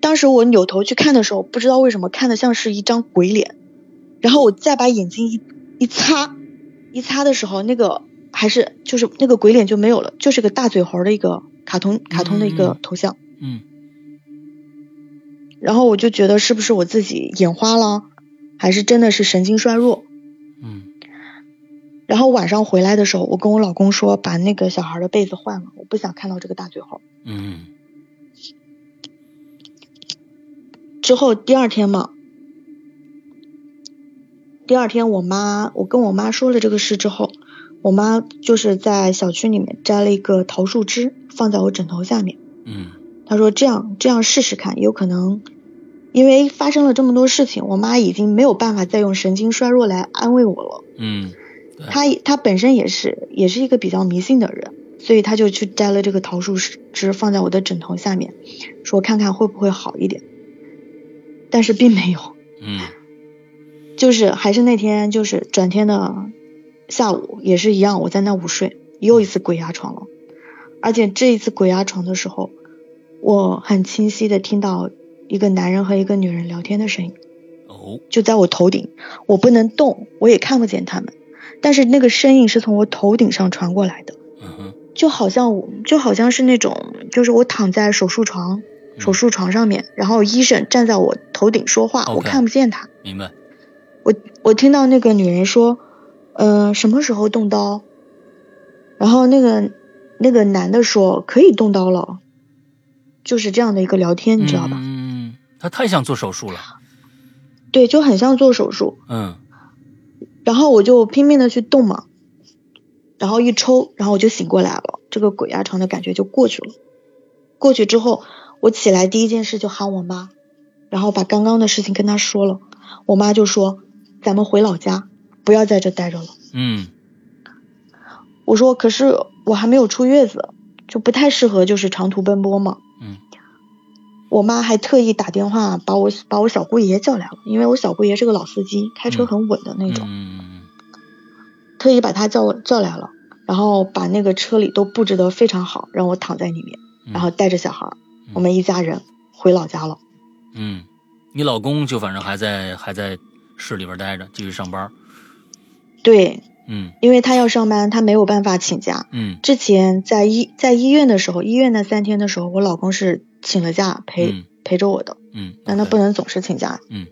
当时我扭头去看的时候，不知道为什么看的像是一张鬼脸，然后我再把眼睛一一擦，一擦的时候，那个还是就是那个鬼脸就没有了，就是个大嘴猴的一个卡通卡通的一嗯嗯个嗯头像。嗯然后我就觉得是不是我自己眼花了，还是真的是神经衰弱？嗯然后晚上回来的时候，我跟我老公说把那个小孩的被子换了，我不想看到这个大嘴猴。嗯之后第二天嘛，第二天我妈，我跟我妈说了这个事之后，我妈就是在小区里面摘了一个桃树枝放在我枕头下面，嗯她说这样这样试试看，有可能，因为发生了这么多事情，我妈已经没有办法再用神经衰弱来安慰我了。嗯对她她本身也是也是一个比较迷信的人，所以她就去摘了这个桃树枝放在我的枕头下面，说看看会不会好一点，但是并没有。嗯就是还是那天，就是转天的下午也是一样，我在那午睡，又一次鬼压床了。而且这一次鬼压床的时候，我很清晰的听到一个男人和一个女人聊天的声音，哦就在我头顶，我不能动，我也看不见他们，但是那个声音是从我头顶上传过来的，嗯哼就好像我就好像是那种，就是我躺在手术床嗯手术床上面，然后医生站在我头顶说话，我 OK 看不见他。明白我我听到那个女人说，呃，什么时候动刀？然后那个那个男的说可以动刀了，就是这样的一个聊天，你知道吧？嗯他太想做手术了对，就很像做手术。嗯然后我就拼命的去动嘛，然后一抽，然后我就醒过来了，这个鬼压床的感觉就过去了。过去之后，我起来第一件事就喊我妈，然后把刚刚的事情跟她说了。我妈就说：“咱们回老家，不要在这待着了。”嗯我说可是我还没有出月子，就不太适合就是长途奔波嘛。嗯我妈还特意打电话把我把我小姑爷叫来了，因为我小姑爷是个老司机，开车很稳的那种，嗯特意把他叫叫来了，然后把那个车里都布置得非常好，让我躺在里面，然后带着小孩儿，我们一家人回老家了。嗯你老公就反正还在还在市里边待着继续上班对，嗯因为他要上班，他没有办法请假。嗯之前在医在医院的时候，医院那三天的时候，我老公是请了假陪、嗯陪着我的，嗯但他不能总是请假。嗯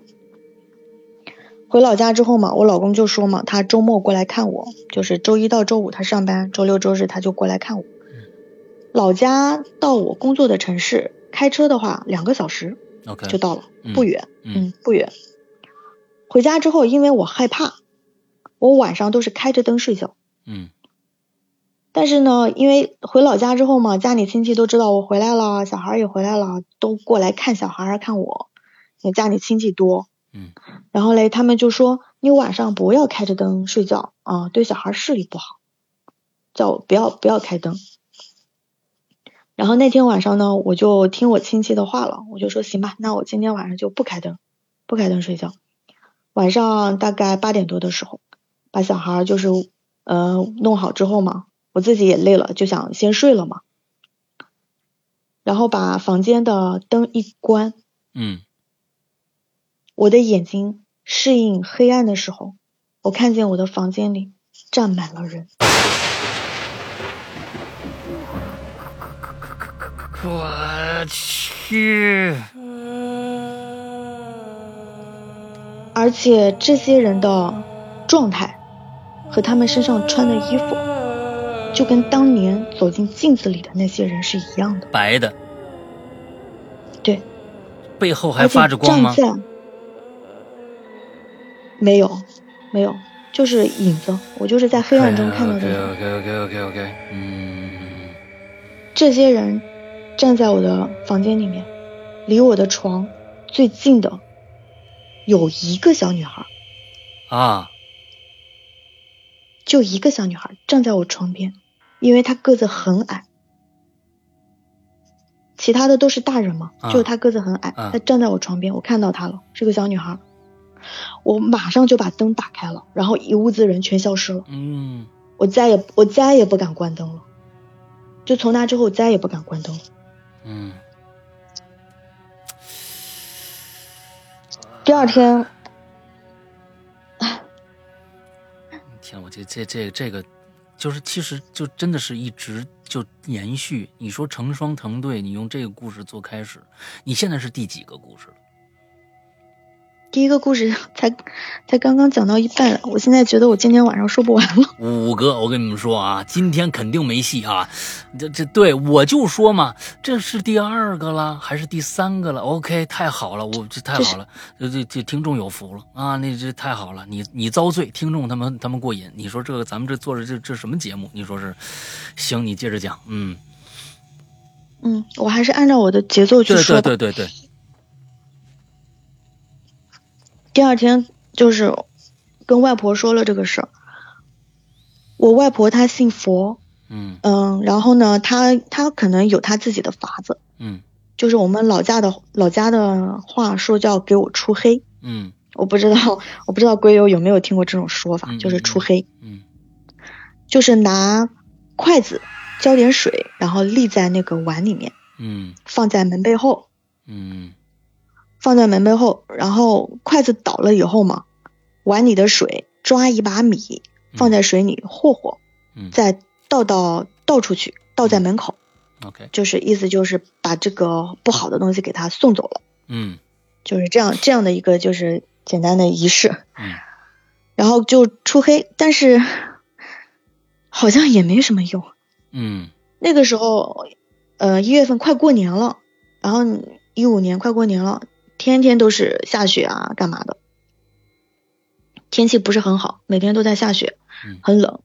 回老家之后嘛，我老公就说嘛，他周末过来看我，就是周一到周五他上班，周六周日他就过来看我。嗯老家到我工作的城市，开车的话两个小时 OK 就到了，嗯不远，嗯嗯，不远。回家之后，因为我害怕，我晚上都是开着灯睡觉。嗯但是呢，因为回老家之后嘛，家里亲戚都知道我回来了，小孩儿也回来了，都过来看小孩儿看我，因为家里亲戚多。嗯。然后嘞，他们就说你晚上不要开着灯睡觉啊，对小孩儿视力不好，叫我不要不要开灯。然后那天晚上呢，我就听我亲戚的话了，我就说行吧，那我今天晚上就不开灯，不开灯睡觉。晚上大概八点多的时候，把小孩儿就是呃弄好之后嘛，我自己也累了，就想先睡了嘛。然后把房间的灯一关，嗯，我的眼睛适应黑暗的时候，我看见我的房间里站满了人。我去，而且这些人的状态和他们身上穿的衣服，就跟当年走进镜子里的那些人是一样的。白的，对，背后还而且发着光吗？站在没有，没有，就是影子。我就是在黑暗哎中看到的影子。 OK OK OK OK，嗯，这些人站在我的房间里面，离我的床最近的有一个小女孩，啊，就一个小女孩站在我床边，因为她个子很矮。其他的都是大人嘛，啊就是她个子很矮，啊她站在我床边，我看到她了，是个小女孩。我马上就把灯打开了，然后一屋子人全消失了，嗯，我再也我再也不敢关灯了，就从那之后我再也不敢关灯了。嗯，第二天天，我这这这这个，就是其实就真的是一直就延续。你说成双成对，你用这个故事做开始，你现在是第几个故事了？第一个故事才才刚刚讲到一半，我现在觉得我今天晚上说不完了。五个，我跟你们说啊，今天肯定没戏啊！这这对我就说嘛，这是第二个了，还是第三个了？OK，太好了，我这太好了，这这这听众有福了啊！那这太好了，你你遭罪，听众他们他们过瘾。你说这个咱们这做着这这什么节目？你说是？行，你接着讲，嗯，嗯，我还是按照我的节奏去对说对吧。对对对，第二天就是跟外婆说了这个事儿。我外婆她信佛，嗯嗯，然后呢，她她可能有她自己的法子，嗯就是我们老家的老家的话说叫给我出黑。嗯我不知道，我不知道龟友有没有听过这种说法，嗯 就是出黑，嗯就是拿筷子浇点水，然后立在那个碗里面，嗯放在门背后，嗯放在门背后，然后筷子倒了以后嘛，碗里的水抓一把米放在水里和和，嗯再倒到倒出去，倒在门口， ，OK，就是意思就是把这个不好的东西给它送走了，嗯就是这样这样的一个就是简单的仪式，嗯然后就出黑，但是好像也没什么用。嗯那个时候，呃，一月份快过年了，然后一五年快过年了，天天都是下雪啊，干嘛的？天气不是很好，每天都在下雪嗯，很冷。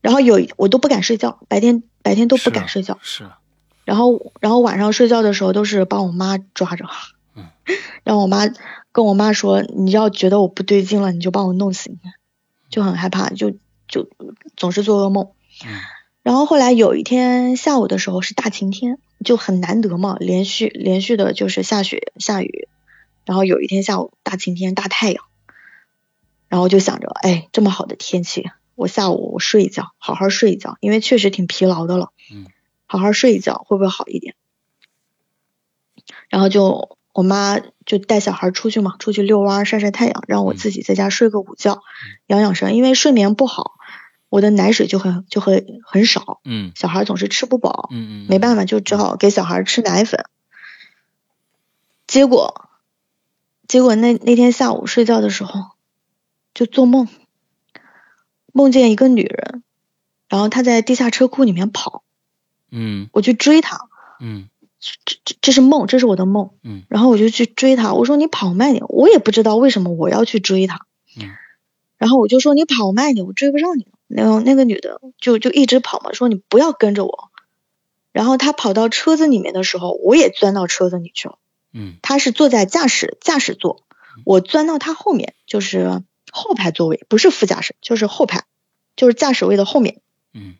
然后有我都不敢睡觉，白天白天都是不啊敢睡觉，是啊，然后然后晚上睡觉的时候都是把我妈抓着嗯， 让我妈跟我妈说，你要觉得我不对劲了，你就把我弄醒，就很害怕，就就总是做噩梦。嗯然后后来有一天下午的时候是大晴天，就很难得嘛，连续连续的就是下雪下雨，然后有一天下午大晴天大太阳，然后就想着，哎，这么好的天气，我下午我睡一觉，好好睡一觉，因为确实挺疲劳的了，嗯，好好睡一觉会不会好一点？然后就我妈就带小孩出去嘛，出去遛弯儿晒晒太阳，让嗯我自己在家睡个午觉，养养生，因为睡眠不好。我的奶水就很就很很少，嗯小孩总是吃不饱，嗯嗯，没法，办法就只好给小孩吃奶粉。结果，结果那那天下午睡觉的时候，就做梦，梦见一个女人，然后她在地下车库里面跑，嗯我去追她，嗯这这这是梦，这是我的梦。嗯然后我就去追他，我说你跑慢点，我也不知道为什么我要去追他。嗯然后我就说你跑慢点，我追不上你了。然后那个女的就就一直跑嘛，说你不要跟着我。然后她跑到车子里面的时候，我也钻到车子里去了。嗯她是坐在驾驶驾驶座，我钻到她后面，就是后排座位，不是副驾驶，就是后排，就是驾驶位的后面。嗯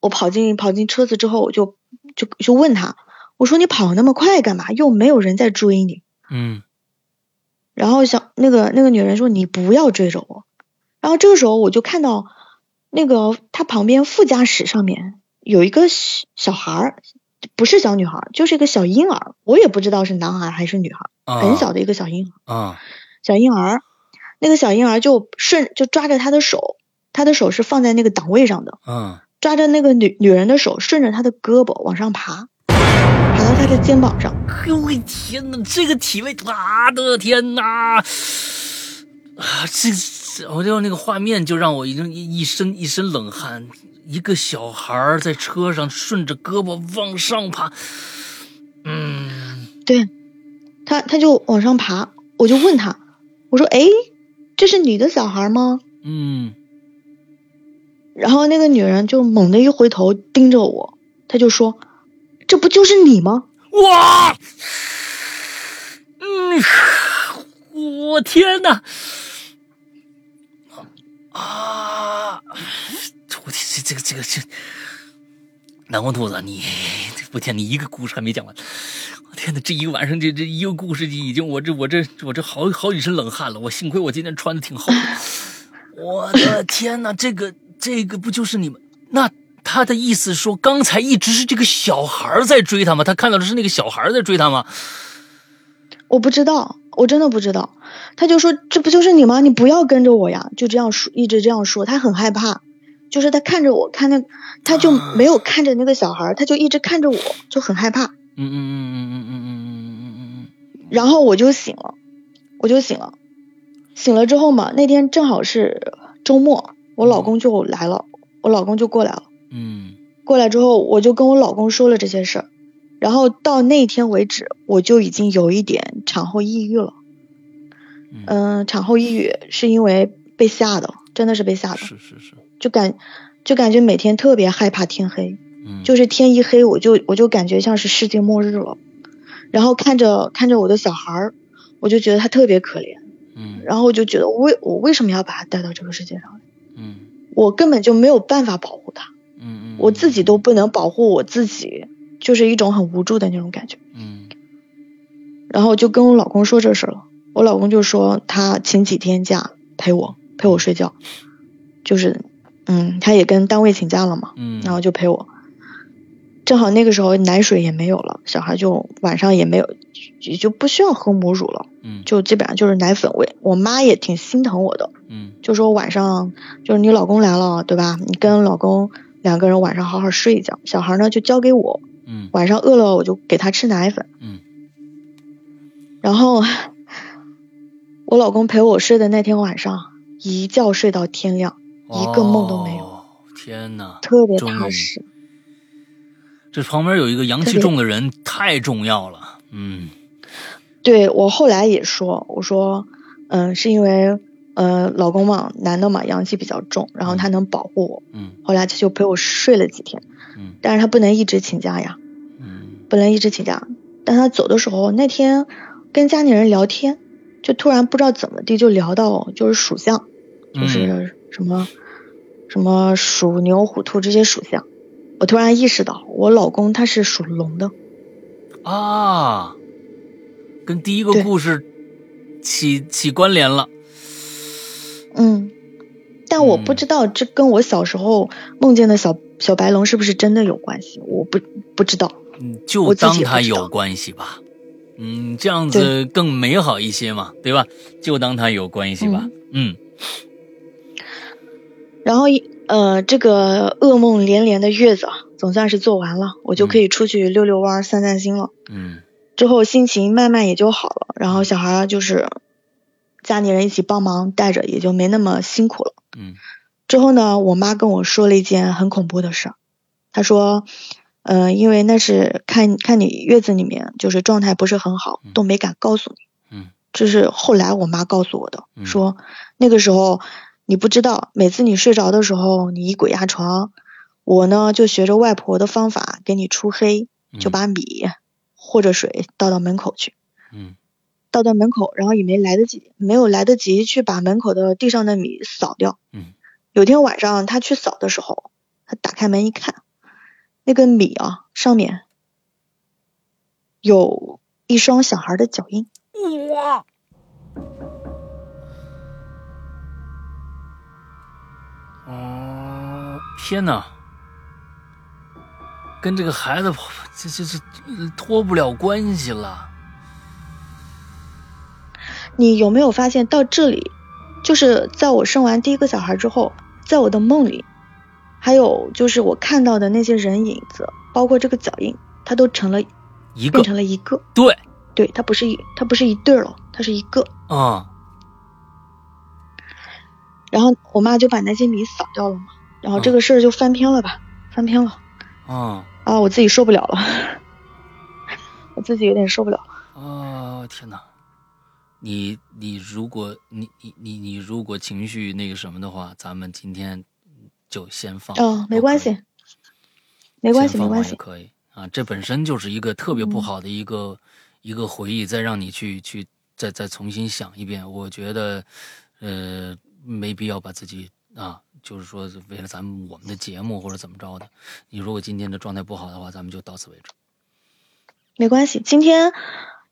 我跑进跑进车子之后，我就就就问他，我说你跑那么快干嘛？又没有人在追你。嗯然后小那个那个女人说你不要追着我。然后这个时候我就看到那个他旁边副驾驶上面有一个小小孩儿，不是小女孩儿，就是一个小婴儿，我也不知道是男孩还是女孩，啊，很小的一个小婴儿。啊，小婴儿，那个小婴儿就顺就抓着他的手，他的手是放在那个档位上的。嗯抓着那个女女人的手，顺着她的胳膊往上爬，爬到她的肩膀上。哎呦喂，天哪，这个体位，我的天哪！啊，这这我就那个画面就让我已经一一身一身冷汗。一个小孩儿在车上顺着胳膊往上爬，嗯对，她她就往上爬，我就问她，我说：“诶，这是你的小孩吗嗯？”然后那个女人就猛地一回头盯着我，她就说：“这不就是你吗哇，嗯，我天哪！啊，我这这个这个这个，南瓜兔子，你我天，你一个故事还没讲完，我天哪，这一个晚上这这一个故事已经我这我这我这好好几身冷汗了，我幸亏我今天穿的挺厚的，我的天哪，这个这个不就是你们那？他的意思说，刚才一直是这个小孩儿在追他吗？他看到的是那个小孩儿在追他吗？？”我不知道，我真的不知道。她就说：“这不就是你吗？你不要跟着我呀！”就这样说，一直这样说。她很害怕，就是她看着我，看那，她就没有看着那个小孩，她就一直看着我，就很害怕。嗯嗯嗯嗯嗯嗯嗯嗯嗯然后我就醒了，我就醒了，醒了之后嘛，那天正好是周末，我老公就来了，我老公就过来了。嗯嗯过来之后，我就跟我老公说了这些事儿，然后到那天为止，我就已经有一点产后抑郁了。嗯嗯，嗯、产后抑郁是因为被吓的，真的是被吓的，是是是，就感就感觉每天特别害怕天黑，嗯，就是天一黑，我就我就感觉像是世界末日了。然后看着看着我的小孩儿，我就觉得他特别可怜。嗯然后我就觉得我为我为什么要把他带到这个世界上来？嗯我根本就没有办法保护他，嗯嗯，我自己都不能保护我自己，就是一种很无助的那种感觉。嗯然后就跟我老公说这事儿了，我老公就说他请几天假陪我陪我睡觉，就是嗯，他也跟单位请假了嘛，嗯，然后就陪我。正好那个时候奶水也没有了，小孩就晚上也没有，也就不需要喝母乳了，嗯就基本上就是奶粉喂。我妈也挺心疼我的，嗯就说晚上就是你老公来了，对吧？你跟老公两个人晚上好好睡一觉，小孩呢就交给我，嗯晚上饿了我就给他吃奶粉。嗯然后我老公陪我睡的那天晚上，一觉睡到天亮，一个梦都没有，有。天哪，特别终于踏实。这旁边有一个阳气重的人太重要了。嗯对我后来也说，我说，嗯，是因为呃老公嘛，男的嘛，阳气比较重，然后他能保护我。嗯后来他就陪我睡了几天，嗯但是他不能一直请假呀。嗯本来一直请假，但他走的时候，那天跟家里人聊天，就突然不知道怎么地就聊到就是属相，就是什么、什么属牛、虎、兔这些属相。我突然意识到，我老公他是属龙的，啊，跟第一个故事起起关联了。嗯，但我不知道这跟我小时候梦见的小小白龙是不是真的有关系，我不不知道。嗯，就我自当己也它不知有道关系吧。嗯，这样子更美好一些嘛，对吧？就当它有关系吧。嗯然后一呃，这个噩梦连连的月子啊，总算是做完了，我就可以出去溜溜弯儿、散散心了。嗯之后心情慢慢也就好了，然后小孩儿就是家里人一起帮忙带着，也就没那么辛苦了。嗯之后呢，我妈跟我说了一件很恐怖的事儿，她说，呃，因为那是看看你月子里面就是状态不是很好，都没敢告诉你。嗯，这是后来我妈告诉我的，嗯说那个时候你不知道，每次你睡着的时候，你一鬼压床，我呢就学着外婆的方法给你出黑，就嗯把米或者水倒到门口去。嗯倒到门口，然后也没来得及，没有来得及去把门口的地上的米扫掉。嗯，有天晚上他去扫的时候，他打开门一看，那个米啊上面有一双小孩的脚印。哇！哦，天哪！跟这个孩子这这这脱不了关系了。你有没有发现到这里，就是在我生完第一个小孩之后，在我的梦里，还有就是我看到的那些人影子，包括这个脚印，它都成了一个变成了一个，对，对，它不是一它不是一对儿了，它是一个。嗯然后我妈就把那些米扫掉了嘛，然后这嗯个事儿就翻篇了吧，翻篇了嗯啊，我自己受不了了， 我自己有点受不了。哦，天哪！你你如果你你你你如果情绪那个什么的话，咱们今天就先放。嗯，没关系，，没没关系，没关系。可以啊。这本身就是一个特别不好的一个、一个回忆，再让你去去再再重新想一遍，我觉得呃没必要把自己啊，就是说为了咱们我们的节目或者怎么着的，你如果今天的状态不好的话，咱们就到此为止。没关系，今天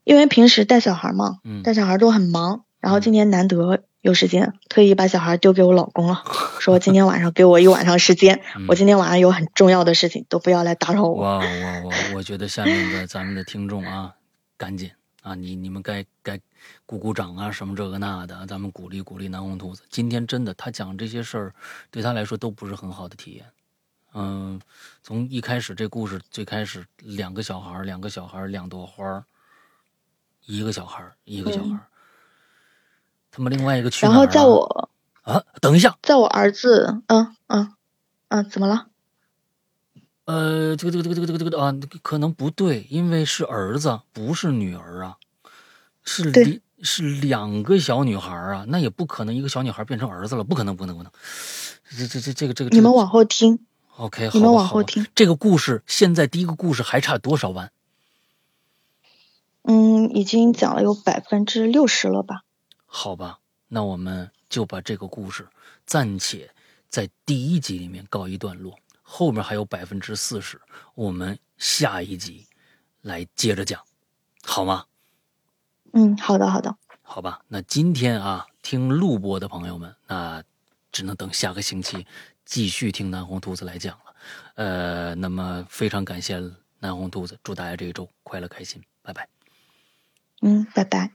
因为平时带小孩嘛，嗯带小孩都很忙，然后嗯今天难得有时间，特意把小孩丢给我老公了，说今天晚上给我一晚上 时间，嗯我今天晚上有很重要的事情，都不要来打扰我。 哇哇哇！我觉得下面的咱们的听众啊，赶紧啊，你你们该该鼓鼓掌啊，什么这个那的，咱们鼓励鼓励南红兔子。今天真的，他讲这些事儿，对他来说都不是很好的体验。嗯，从一开始这故事最开始，两个小孩儿，两个小孩儿，两朵花儿，一个小孩儿，一个小孩儿，他们另外一个去嗯然哪后儿在了我啊，等一下，在我儿子，嗯嗯嗯，怎么了？呃，这个这个这个这个这个这个啊，可能不对，因为是儿子，不是女儿啊，是对里是两个小女孩啊，那也不可能一个小女孩变成儿子了，不可能，不可能，不可能。这这这这个这个，你们这个往后听， OK，你们好吧往好后吧听这个故事现在第一个故事还差多少万？嗯，已经讲了有百分之六十了吧？好吧，那我们就把这个故事暂且在第一集里面告一段落，后面还有百分之四十，我们下一集来接着讲，好吗？嗯，好的好的，好吧，那今天啊，听录播的朋友们，那只能等下个星期继续听南红兔子来讲了。呃，那么非常感谢南红兔子，祝大家这一周快乐开心，拜拜。嗯，拜拜。